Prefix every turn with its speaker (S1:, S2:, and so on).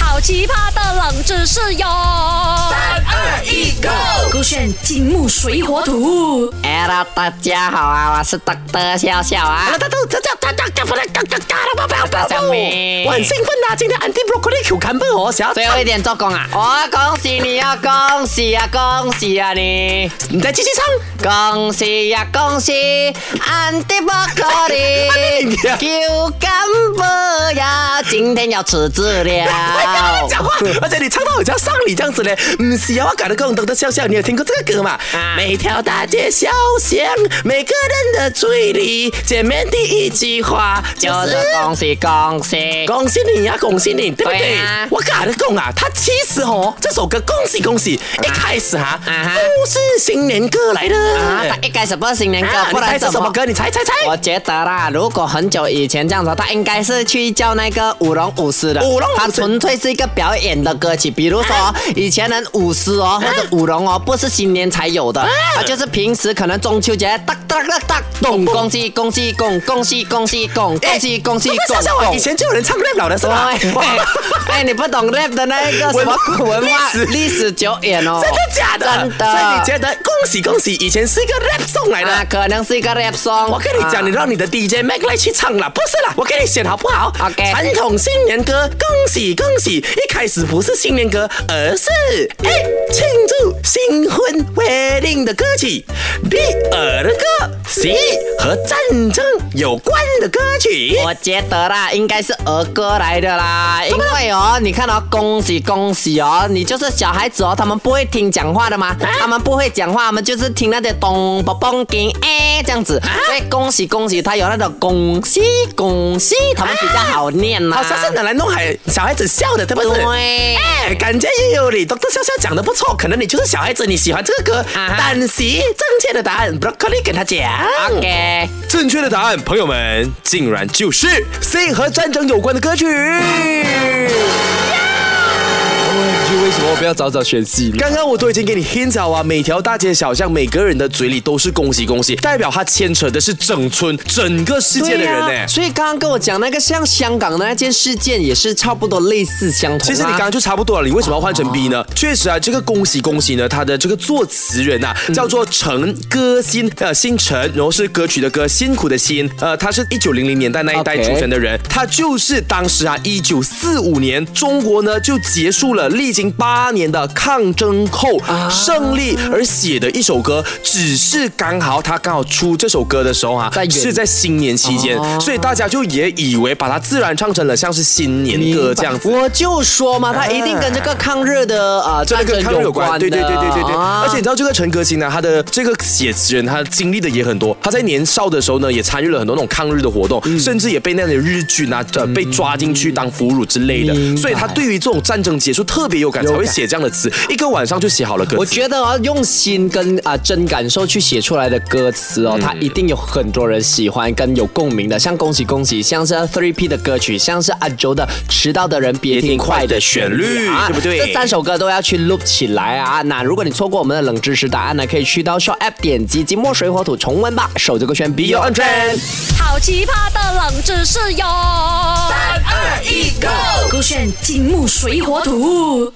S1: 好奇葩的冷知识哟！三
S2: 二一，Go！
S1: 勾选金木水火土。
S3: Hello，大家好啊，我是德德笑笑啊。
S2: 大豆，大家大家干不干干干干了吗？不要不要不要！我很兴奋呐，今天 Andy Broccoli Q 看本哦，想要
S3: 最后一点做工啊！哦，恭喜你啊，恭喜啊，恭喜啊你！
S2: 你再继续唱。
S3: 恭喜呀、恭喜，Andy Broccoli
S2: 你啊
S3: Q 干不呀，今天要辞职
S2: 哎呀，
S3: 了
S2: 乱。讲话！而且你唱到好像上礼这样子嘞，嗯，喜欢感的更懂得笑笑，你有听过这个歌吗？
S3: 啊
S2: 每条大街小巷，每个人的嘴里，见面第一句话就
S3: 就是
S2: 是。
S3: 恭喜恭喜！
S2: 恭喜你呀、恭喜你，对不对？
S3: 对啊
S2: 我跟你讲啊，他其实哦，这首歌恭喜恭喜，一开始哈、
S3: 啊哈
S2: 都是新年歌来的。
S3: 啊，他一开始不是新年歌
S2: 啊，
S3: 不
S2: 你猜
S3: 然
S2: 是
S3: 怎
S2: 什么
S3: 么？
S2: 歌？你猜猜猜。
S3: 我觉得啦，如果很久以前这样子，他应该是去叫那个舞龙舞狮的。
S2: 舞龙舞狮啊
S3: 他纯粹是一个表演的歌曲，比如说、以前人舞狮哦，或者舞龙哦，不是新年才有
S2: 啊
S3: 的，他就是平时可能中秋节，哒哒哒哒，咚恭喜恭喜恭恭喜恭喜恭
S2: 哎
S3: 恭喜恭喜
S2: 不
S3: 恭
S2: 是笑笑啊，
S3: 恭
S2: 以。前就有人唱 rap 了的是吧？
S3: 对
S2: 哇
S3: 哎，你不懂 rap 的那个什么
S2: 文
S3: 文化
S2: 历史
S3: 历史久远哦，
S2: 真的假的？
S3: 真的。
S2: 所以你觉得恭喜恭喜，以前是一个 rap 送来的。
S3: 啊，可能是一个 rap song。
S2: 我跟你讲，
S3: 啊
S2: 你让你的 DJ Mac 来去唱了，不是啦，我给你选好不好
S3: OK
S2: 传统新年歌，恭喜恭喜！一开始不是新年歌，而是 A 庆祝新婚 wedding 的歌曲，B 尔的歌，C 和战争有关的歌曲。
S3: 我觉得啦，应该是儿歌来的啦，因为哦，你看哦，恭喜恭喜哦，你就是小孩子哦，他们不会听讲话的嘛，
S4: 啊
S3: 他们不会讲话，他们就是听那些咚嘣嘣叮哎这样子，
S4: 啊
S3: 所以恭喜恭喜，他有那种恭喜恭喜，他们比较好念嘛。
S2: 好像是拿来弄孩小孩子笑的，对不对？
S3: 对。
S2: 哎，感觉也有理。d r 笑笑讲的不错，可能你就是小孩子，你喜欢这个歌。
S3: 啊哈
S2: 但是正确的答案，Broccoli 跟他讲。
S3: OK，
S2: 正确的答案，朋友们，竟然就是 C 和战争有关的歌曲。
S4: 哦为什么我不要早早选 C 呢？
S2: 刚刚我都已经给你 hint 好啊，每条大街小巷，每个人的嘴里都是恭喜恭喜，代表他牵扯的是整村、整个世界的人欸呢、
S3: 啊
S4: 对呀啊所以刚刚跟我讲那个像香港的那件事件，也是差不多类似相同啊。
S2: 其实你刚刚就差不多了，你为什么要换成 B 呢？确实啊，这个恭喜恭喜呢，它的这个作词人呐、
S4: 嗯
S2: 叫做陈歌辛，呃，姓陈，然后是歌曲的歌，辛苦的辛，呃，他是一九零零年代那一代
S4: OK
S2: 出生的人，他就是当时啊，一九四五年中国呢就结束了历经八年的抗争后
S4: 啊
S2: 胜利而写的一首歌，只是刚好他刚好出这首歌的时候啊
S4: 在，元哦
S2: 是在新年期间，所以大家就也以为把它自然唱成了像是新年歌这样子。
S4: 我就说嘛，他一定跟这个抗日的啊
S2: 这
S4: 战
S2: 个
S4: 争
S2: 跟抗日有关，
S4: 的
S2: 对对对对对对。
S4: 啊
S2: 而且你知道这个陈歌辛呢，他的这个写词人，他经历的也很多。他在年少的时候呢，也参与了很多那种抗日的活动，
S4: 嗯
S2: 甚至也被那些日军啊，呃，被抓进去当俘虏之类的。
S4: 明白
S2: 所以他对于这种战争结束特别有感，才
S4: 有感
S2: 会写这样的词，一个晚上就写好了歌词。
S4: 我觉得啊，用心跟啊真感受去写出来的歌词
S2: 嗯
S4: 哦，它一定有很多人喜欢跟有共鸣的，像恭喜恭喜，像是 Three P 的歌曲，像是阿周的迟到的人别听快的旋律啊，
S2: 对不对
S4: 这三首歌都要去 loop 起来啊。那如果你错过我们的冷知识答案呢，可以去到 Show App 点击金墨水火土重温吧。守这个圈 Be Your Own Trend。
S1: 好奇葩的冷知识哟！三二一，Go！勾选金木水火土。